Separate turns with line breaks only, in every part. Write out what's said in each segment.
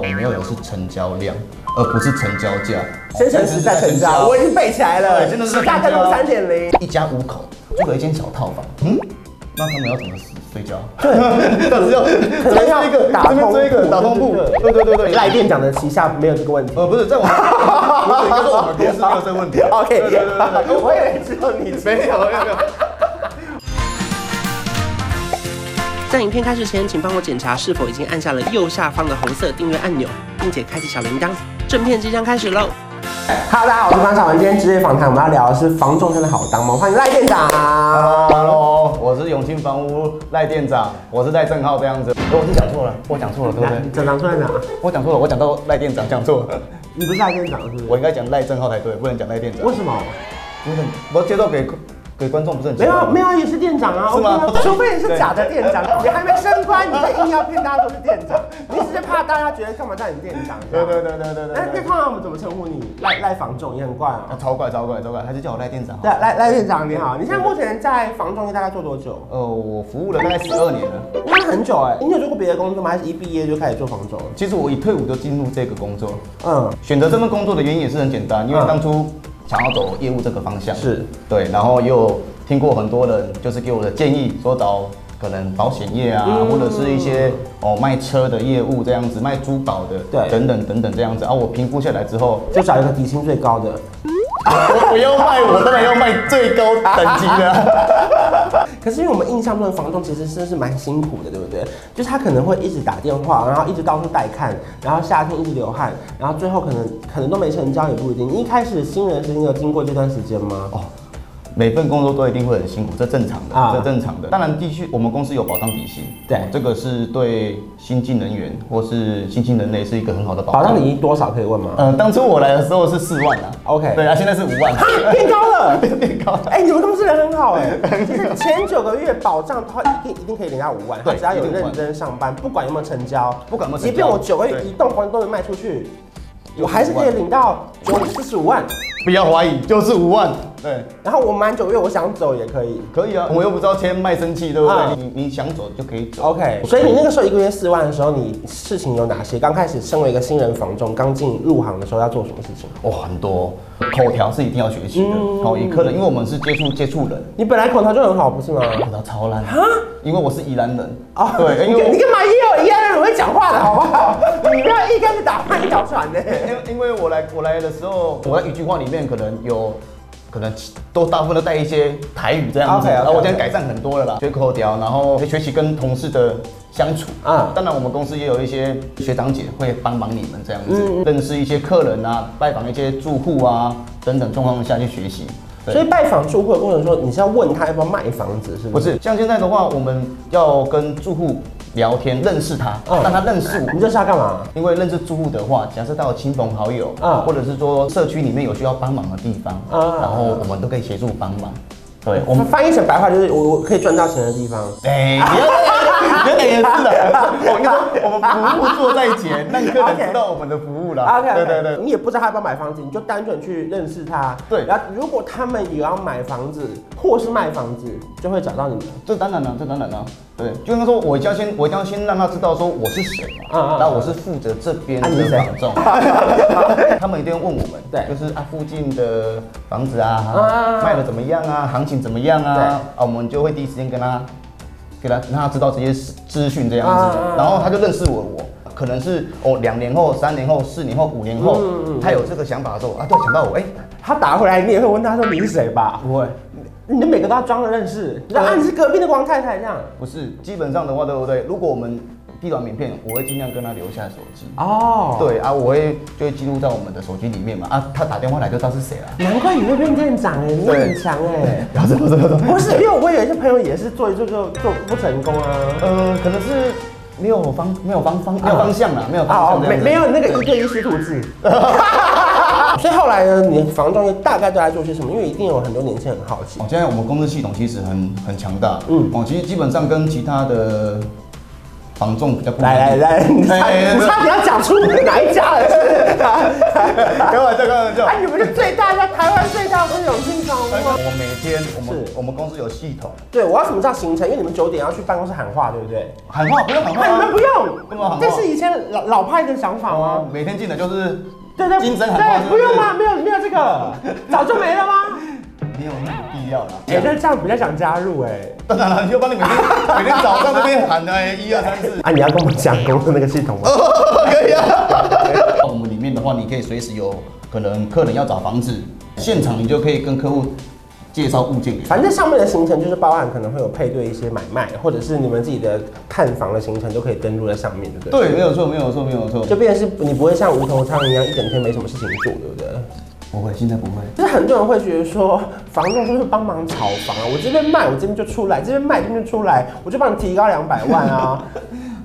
哦没有的是成交量，而不是成交价。
真诚实在成交，我已经背起来了，
对真的是成交
大概都三点零。
一家五口住了一间小套房，嗯，那他们要怎么睡觉？ 对，到时要
可能要打
这边
通
追一个打通铺，对对对对，
赖店长的旗下没有这个问题。
呃不是在我们，不是应该说我们公司没有这个问题。啊
OK，
对对对对对，
我以为只有你知道。
没有没有没有。
在影片开始前，请帮我检查是否已经按下了右下方的红色订阅按钮，并且开启小铃铛。正片即将开始喽！
Hello，大家好，我是方小文。今天职业访谈，我们要聊的是房仲真的好当吗？欢迎赖店长。
Hello，我是永庆房屋赖店长，我是赖正浩这样子。哦我是讲错了，我讲错了，对不对？
整长出来哪？啊
我讲错了，我讲到赖店长讲错了，
你不是赖店长是不是？
我应该讲赖正浩才对，不能讲赖店长。
为什么？
我很我介绍给给观众不是很奇
没
怪
有
吗
没有，也是店长啊，
是吗
OK 啊除非你是假的店长，你还没升官，你就硬要骗大家说是店长，你只是怕大家觉得干嘛叫你店长？
对对。对对对
那
对
那
对。
通常我们怎么称呼你？赖赖房仲也很怪
啊
啊。
超怪超怪超怪，他就叫我赖店长。
对，啊赖赖店长你好，你现在目前在房仲业大概做多久？
呃，我服务了大概十二年了。
那很久哎、你有做过别的工作吗？还是一毕业就开始做房仲？
其实我一退伍就进入这个工作，
嗯，
选择这份工作的原因也是很简单，因为
嗯
当初想要走业务这个方向，
是
对，然后又听过很多人就是给我的建议，说找可能保险业啊，或者是一些哦卖车的业务这样子，卖珠宝的，
对
等等等等这样子啊。我评估下来之后，
就找一个底薪最高的。
我不要卖，我当然要卖最高等级的啊。
可是因为我们印象中的房东其实真的是蛮辛苦的，对不对？就是他可能会一直打电话，然后一直到处带看，然后夏天一直流汗，然后最后可能可能都没成交也不一定。你一开始新人时你有经过这段时间吗？哦，
每份工作都一定会很辛苦，这正常的，
啊
这正常的。当然，继续我们公司有保障底薪，哦
对
这个是对新进人员或是新进人类是一个很好的保障。
保障你多少可以问吗？
呃，当初我来的时候是四万啊
OK
对啊，现在是五万，
变高了。
变高了。
哎、你们公司人很好 哎、就是前九个月保障的话，一定一定可以领到五万，他
对
只要有
一定五万
认真上班，不管有没有成交，
不管有没有成交
即便我九个月
对
一栋房都没卖出去，我还是可以领到九四十五万。
不要怀疑，就是五万。对，
然后我满九个月，我想走也可以。
可以啊，我又不知道签卖身契，对不对？
啊
你你想走就可以走。
OK，所以你那个时候一个月四万的时候，你事情有哪些？刚开始身为一个新人房仲，刚进入行的时候要做什么事情？
哇、很多口条是一定要学习的。
嗯
哦，以客人，因为我们是接触接触人，
你本来口条就很好，不是吗？哦
口条超烂。因为我是宜兰人。对，
你
因为
跟你
我。
干嘛也有一样的很会讲话的好不好？你不要一竿子打翻一条船呢、
因为因为我来我来的时候，我在一句话里面可能有，可能都大部分都带一些台语这样子。
OK，OK，OK
然后我现在改善很多了啦，学口条，然后学习跟同事的相处
啊
啊。当然我们公司也有一些学长姐会帮忙你们这样子，认识一些客人啊，拜访一些住户啊等等状况下去学习。对
所以拜访住户的过程中，你是要问他要不要卖房子，是
不
不是？
是像现在的话，我们要跟住户聊天，认识他，
嗯
让他认识我
你。这是要干嘛？
因为认识住户的话，假设他有亲朋好友
啊
啊，或者是说社区里面有需要帮忙的地方
啊
啊，嗯然后我们都可以协助帮忙。对，我们
翻译成白话就是我我可以赚到钱的地方。
哎，你要 有点严肃了。我跟你说，我们服务做在前，让客
OK
人知道我们的服务啦。
OK，
对对对。
啊你也不知道他要不要买房子，你就单纯去认识他。
对
然后如果他们也要买房子或是卖房子，就会找到你们。
这当然了、这当然了、对，就应该说，我一定要先，我一定要先让他知道说我是谁
嗯嗯
嘛，那、我是负责这边
啊你
的
是谁
房 仲，他们一定会问我们，
对
就是啊附近的房子啊，
啊
卖的怎么样啊，行情怎么样
对
啊，啊，我们就会第一时间跟他，给他让他知道这些资资讯这样子，
啊
然后他就认识我了我。可能是哦，两年后、三年后、四年后、五年
嗯
后，他有这个想法的时候啊，突然想到我，哎、
他打回来，你也会问他说你是谁吧？
不会，
你就每个都要装着认识，你说啊你是隔壁的王太太这样。
不是，基本上的话，对不对？如果我们递短名片，我会尽量跟他留下手机。
哦，
对啊，我会就会记录在我们的手机里面嘛。啊，他打电话来就知道是谁了。
对，难怪你会变店长哎，你
对
很强哎。
不是不是不是，
不是，因为我有一些朋友也是做一做就做不成功啊。
呃，可能是没有方没有方方没有方向啦，没有方
哦
向，这
没
样子
没有那个一对一师徒 制。所以后来呢，你房东大概都在做些什么？因为一定有很多年轻人很好奇
哦，。现在我们公司系统其实很很强大，
嗯
嗯，哦，其实基本上跟其他的房仲比较不一样
来来 来，你差
哎哎
你差点要讲出哪一家了， 是不是？哎
开玩笑开玩笑
哎，，你们是最大家台湾最大不是永庆房屋吗？
我每天我们
是
我们公司有系统，
对，我要怎么知道行程？因为你们九点要去办公室喊话，对不对？啊
喊话不用喊话、
那哎你们不
干嘛喊
用
话，
这是以前老老派的想法吗？
每天进的就是
对对，
精神喊话
对，不用吗？？没有没有这 个，早就没了吗？
是不是没有那个必要啦。
哎，那这样比较想加入哎。
当然了，你就帮你每天每天早上这边喊的哎一二三四。
啊，你要跟我们讲公司那个系统吗？
可以啊。我们里面的话，你可以随时有可能客人要找房子，现场你就可以跟客户介绍物件给他。
反正上面的行程就是包含可能会有配对一些买卖，或者是你们自己的看房的行程都可以登录在上面，对不对？
对，没有错，没有错，没有错。
就变成是你不会像无头苍蝇一样一整天没什么事情做，对不对？
不会，现在不会。
就是很多人会觉得说，房仲就是帮忙炒房啊，我这边卖我这边就出来，这边卖这边就出来，我就帮你提高两百万 啊。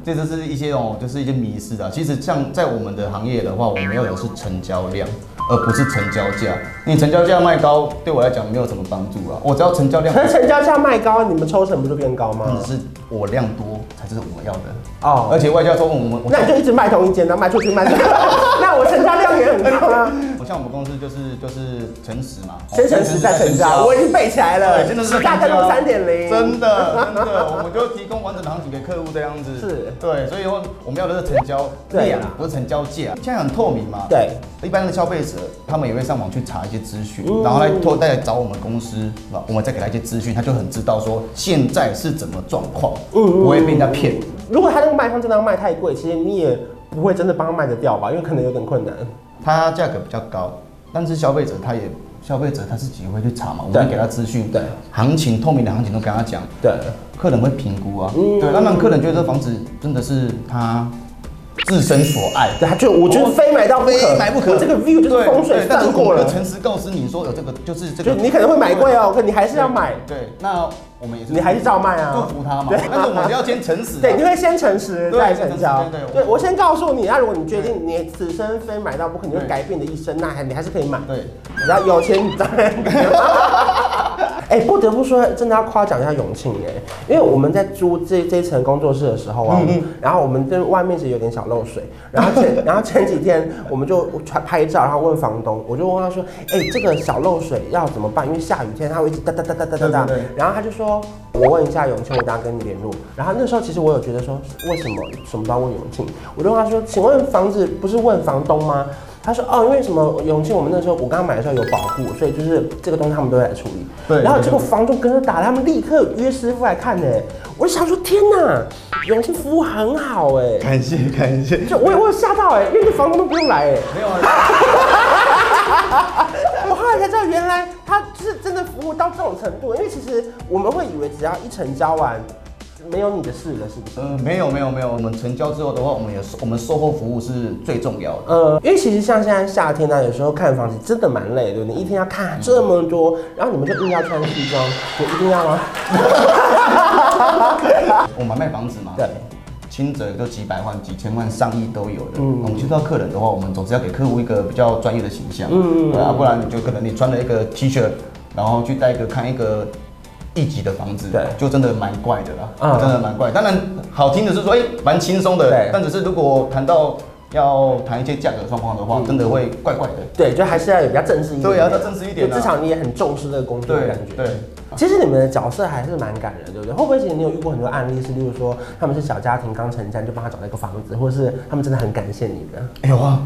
这就是一些哦，就是一些迷失的。其实像在我们的行业的话，我们要有是成交量，而不是成交价。你成交价卖高，对我来讲没有什么帮助啊。我只要成交量
可，是成交价卖高，你们抽成不就变高
但
吗？
是我量多才是我要的。
哦，
而且外加说我们，我
那你就一直卖同一间，然后卖出去卖出去，那我成交量也很高啊。
我哦像我们公司就是就是诚实嘛，
先诚实再成交，我已经背起来了，
对，真的是
大概都三点零，
真的真 的，我们就提供完整的行情给客户这样子。
是
对，所以我我们要的是成交
对
量
啊，
不是成交价。现在很透明嘛，
对，嗯
一般的消费者他们也会上网去查一些资讯，然后来托再来找我们公司，啊我们再给他一些资讯，他就很知道说现在是怎么状况，
嗯
不会被人家骗。
如果他那个卖方真的要卖太贵，其实你也不会真的帮他卖得掉吧，因为可能有点困难。
它价格比较高，但是消费者他也消费者他自己也会去查嘛，我
对
们给他资讯，
对
行情透明的行情都跟他讲，
对，
客人会评估啊，
嗯
对，当然客人觉得这房子真的是他自身所爱。
对，他就我觉得非买到不可，
非买不可，
我这个 view 就是
对
风水
对但
算
是
过
我们
了
就，诚实告诉你说有这个，就是这
就
个，
你可能会买贵哦，可你还是要买，
对，那我们也是，
你还是照卖啊
祝福他 嘛
对。
但是我们要先诚实啊。
对，你会先诚实
对
再成交
对对对。
对，
对
我先告诉你，那如果你决定你此生非买到不可，你会改变你的一生，那还你还是可以买。
对，
只要有 钱你当然可以买。哎、不得不说，真的要夸奖一下永庆哎，因为我们在租这这一层工作室的时候啊，
嗯
然后我们跟外面其实有点小漏水，然后 前然后前几天我们就传拍照，然后问房东，我就问他说，哎、这个小漏水要怎么办？因为下雨天它会一直哒哒哒哒哒哒哒
对对对，
然后他就说，我问一下永庆，我等下跟你联络。然后那时候其实我有觉得说，为什么什么都要问永庆？我就问他说，请问房子不是问房东吗？他说哦，因为什么永庆，我们那时候我刚买的时候有保护，所以就是这个东西他们都会来处理。
对
然后
对
结果
对
房东跟着打，他们立刻约师傅来看呢。我就想说，天哪，永庆服务很好哎，
感谢感谢。
就我我有吓到哎，因为那房东都不用来哎。
没有啊，
我后来才知道，原来他是真的服务到这种程度，因为其实我们会以为只要一成交完，没有你的事了，是不是？
呃，没有没有没有，我们成交之后的话，我们有售我们售后服务是最重要的。
呃，因为其实像现在夏天呢、啊有时候看房子真的蛮累的，你一天要看这么多，然后你们就硬要穿西装，就一定要吗？
我们卖房子嘛，
对，
轻则就几百万、几千万、上亿都有的。
嗯
我们接触到客人的话，我们总是要给客户一个比较专业的形象，嗯，对啊，不然你就可能你穿了一个 T 恤，然后去带一个看一个。一级的房子，
对
就真的蛮怪的啦，
嗯
真的蛮怪。当然，好听的是说，哎、蛮轻松
对
的。但只是如果谈到要谈一些价格状况的
嗯
话，真的会怪怪的。
对，就还是要有比较正式一点。
对要再正式一点啊
就至少你也很重视这个工作的
对
感觉。
对，
其实你们的角色还是蛮感人，对不对？会不会其实你有遇过很多案例是，例如说他们是小家庭刚成家就帮他找了一个房子，或者是他们真的很感谢你们？
有啊，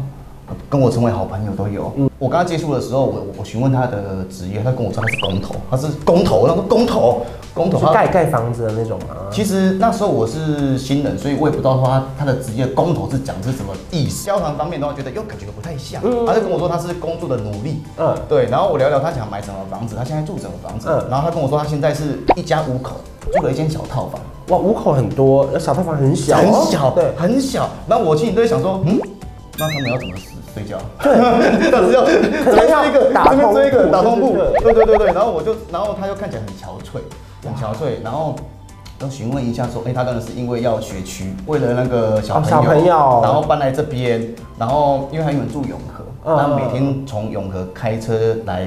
跟我成为好朋友都有。我跟他接触的时候，我我我询问他的职业，他跟我说他是工头，他是工头，那个工头，工头
是
他。
盖盖房子的那种啊吗？
其实那时候我是新人，所以我也不知道说他他的职业工头是讲是什么意思。交谈方面的话，觉得又感觉不太像，他就跟我说他是工作的奴隶。
嗯
对，然后我聊聊他想买什么房子，他现在住什么房子，
嗯
然后他跟我说他现在是一家五口住了一间小套房。
哇，五口很多，小套房很小哦，
很小，
对。
很小。然后我心里都在想说，嗯，那他们要怎么死睡觉？对， 到底 要
可能要
这边追一个，
打
这边追一
通
个，
铺
打通布
对。
对对对对。然后我就，然后他就看起来很憔悴，很憔悴。然后。要询问一下，说，哎、他当然是因为要学区，为了那个小
哦
朋友，
小朋友
然后搬来这边，然后因为他原本住永和，
嗯
他每天从永和开车来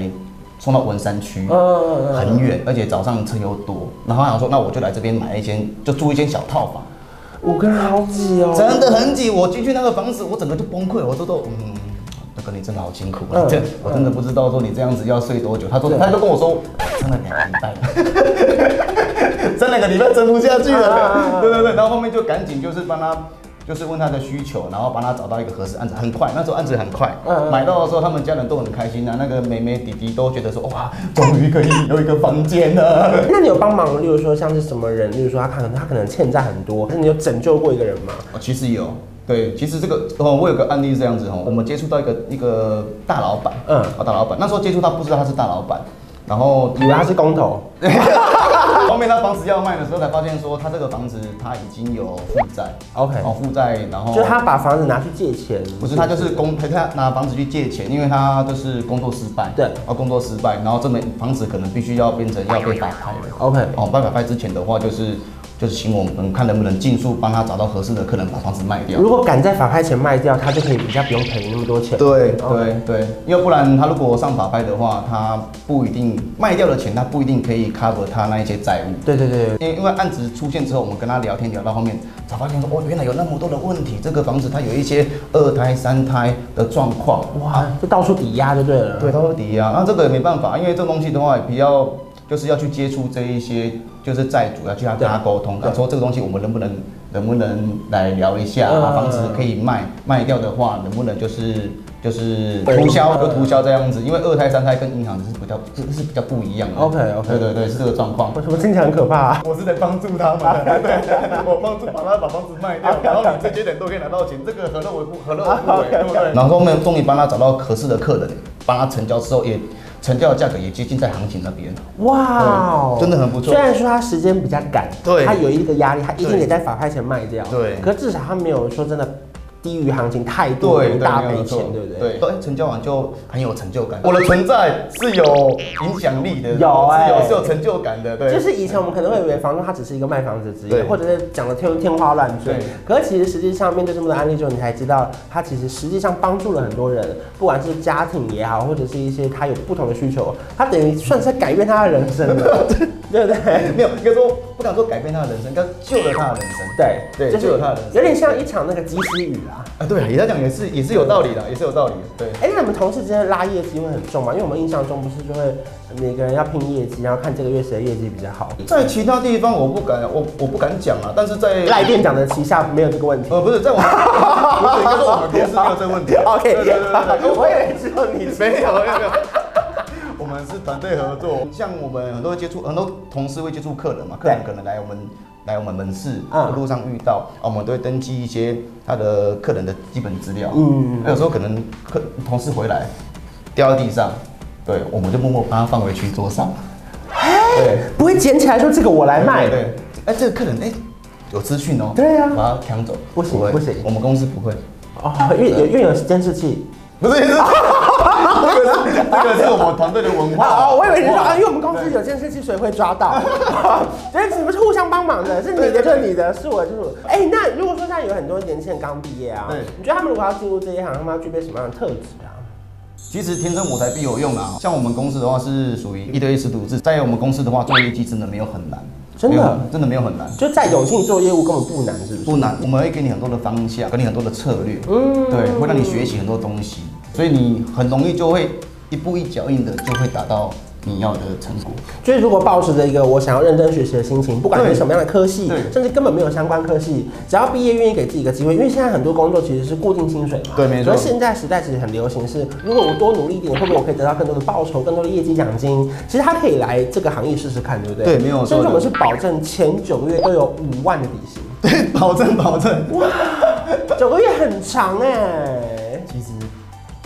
送到文山区，
嗯
很远，而且早上车又多，然后他想说，那我就来这边买一间，就住一间小套房，
五个人好挤哦，
真的很挤，我进去那个房子，我整个就崩溃，我都都嗯，大哥你真的好辛苦啊，
嗯
这我真的不知道说你这样子要睡多久。他说他就跟我说，我撑了两个礼 拜，撑两个礼拜撑不下去
啊
了，对对对，然后后面就赶紧就是帮他。就是问他的需求，然后帮他找到一个合适案子，很快，那时候案子很快，
嗯嗯
买到的时候他们家人都很开心啊，那个妹妹弟弟都觉得说哇，终于可以有一个房间了。
那你有帮忙，例如说像是什么人，例如说他可能他可能欠债很多，那你有拯救过一个人吗？
哦，其实有，对，其实这个哦，我有个案例是这样子哦，我们接触到一个一个大老板，
嗯
啊，大老板，那时候接触他不知道他是大老板，然后
以为啊他是工头，
后面他房子要卖的时候才发现说他这个房子他已经有负债
OK
哦，负债，然后
就是他把房子拿去借钱，
不是他就是工陪他拿房子去借钱，因为他就是工作失败，
对
啊，工作失败，然后这门房子可能必须要变成要被法拍了。
OK
哦，办法拍之前的话就是就是请我们看能不能尽速帮他找到合适的客人把房子卖掉。
如果敢在法拍前卖掉，他就可以比较不用赔那么多钱。
对
OK
对对，要不然他如果上法拍的话，他不一定卖掉的钱，他不一定可以 cover 他那一些债务。
对对对对，
因为因为案子出现之后，我们跟他聊天聊到后面，才发现说哦，原来有那么多的问题，这个房子它有一些二胎、三胎的状况，
哇，就到处抵押就对了。
对，它会抵押。那这个也没办法，因为这个东西的话，也比较就是要去接触这一些，就是债主要去跟他沟通，
对
他说这个东西我们能不能能不能来聊一下，
嗯
把房子可以卖卖掉的话，能不能就是。就是
对
涂销
嗯
就涂销这样子，因为二胎三胎跟银行是比较是是比较不一样的。
OK，OK
对对对，是这个状况。
为什么听起来很可怕、啊？
我是来帮助他们的， 对，我帮助把他把房子卖 掉，然后你这些人都可以拿到钱，这个何乐为不何乐而不为，对不 对？然后后面终于帮他找到合适的客人，帮他成交之后也成交的价格也接近在行情那边。
哇哦，
对真的很不错
虽然说他时间比较赶，
对
他有一个压力，他一定
对
得在法拍前卖掉。
对
可至少他没有说真的低于行情太多，
对，
大
没
赔
有
钱
错，
对不对？
对，对，成交完就很有成就感。我的存在是有影响力的，
有哎
是有是有成就感的，对。
就是以前我们可能会以为房东他只是一个卖房子的职业，
对
或者是讲的天天花乱坠
对。
可是其实实际上面对这么多案例之后，你才知道他其实实际上帮助了很多人，不管是家庭也好，或者是一些他有不同的需求，他等于算是在改变他的人生 了，对不对？
没有，应该说不敢说改变他的人生，应该救了他的人生。
对
对
就是
就有他的人生
有点像一场那个及时雨啊。
啊，对啊，也在讲也是也是有道理的，也是有道理的，对。
哎，那你们同事之间拉业绩会很重吗？因为我们印象中不是就会每个人要拼业绩，然后看这个月谁的业绩比较好。
在其他地方我不敢，我我不敢讲啊，但是在
赖店长的旗下没有这个问题。
呃不是在我们，不是应该说我们公司没有这个问题。啊
OK，
对对对对对，
我以为只有你
没有没有没有，我们是团队合作，像我们很多会接触，很多同事会接触客人嘛，客人可能来我们。来我们门市，
嗯
路上遇到啊，我们都会登记一些他的客人的基本资料。
嗯
嗯，那有时候可能客同事回来掉在地上，对，我们就默默把它放回去桌上。对，
不会捡起来说这个我来卖。
对，哎，这个客人哎有资讯哦。
对啊
把他抢走。
不行
会
不行
我们公司不会。
哦，因为有因为有监视器。
不是，这个是这个是我们团队的文化。
哦，我以为你说啊，因为我们公司有监视器，所以会抓到。 所以你们是互相帮忙的，是你的就是你的，是我就是我。哎，那如果说现在有很多年轻人刚毕业啊
对，
你觉得他们如果要进入这一行，他们要具备什么样的特质啊？
其实天生我材必有用啊。像我们公司的话是属于一对一师徒制，在我们公司的话做业绩真的没有很难，
真的
没有真的没有很难。
就在有幸做业务根本不难，是不是？
不难，我们会给你很多的方向，给你很多的策略，
嗯
对，会让你学习很多东西，所以你很容易就会一步一脚印的就会达到你要的成 果。
就是如果抱持着一个我想要认真学习的心情，不管是什么样的科系
对，
甚至根本没有相关科系，只要毕业愿意给自己一个机会，因为现在很多工作其实是固定薪水嘛。
对没错
可是现在时代其实很流行是，如果我多努力一点，会不会我可以得到更多的报酬、更多的业绩奖金？其实他可以来这个行业试试看，对不对？
对没有错
甚至我们是保证前九个月都有五万的底 薪，
对，保证保证。哇，
九个月很长哎、
其实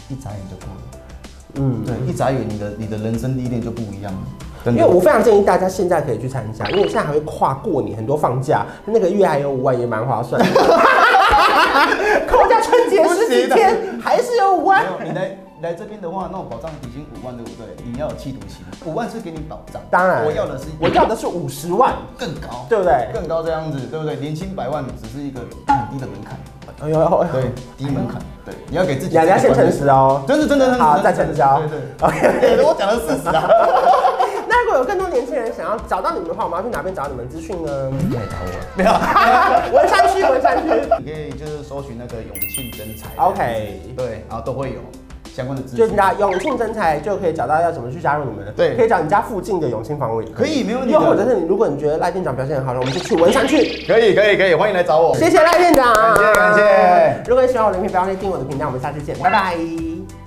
一眨眼就过了。
嗯。
对，一眨眼，你的你的人生历练就不一样了。真
因
的
为我非常建议大家现在可以去参加，因为现在还会跨过年，很多放假，那个月还有五万也蛮划算的。 扣掉春节十几
不
天
行，
还是有五
没
万。
有你来来这边的话，那我保障底薪五万，对不对？你要有企图心，五万是给你保障。
当然，
我要的是
我要的是五十万。
更高，
对不对
更高这样子，对不对？年薪百万只是一个很低的门槛，
哎呦，哎呦
对，低门槛，对，你要给自己。
两家先诚实哦
真的真的真的。
好
真的
再成交
对对。
OK
对 我讲的事实啊。
那如果有更多年轻人想要找到你们的话，我们要去哪边找你们资讯呢？
来找我。
没有， 文山区，文山区。
你可以就是搜寻那个永庆真才。啊
OK
对，然后都会有。相关的资
就
讯
你。打永庆征才就可以找到要怎么去加入你们了。
对
可以找你家附近的永庆房屋也
可以没问题的
又或者是你，如果你觉得赖店长表现很好的，我们就去文山去。
可以可以可以，欢迎来找我。
谢谢赖店长，
感谢感谢。
如果你喜欢我的影片，不要忘记订阅我的频道，我们下次见，拜拜。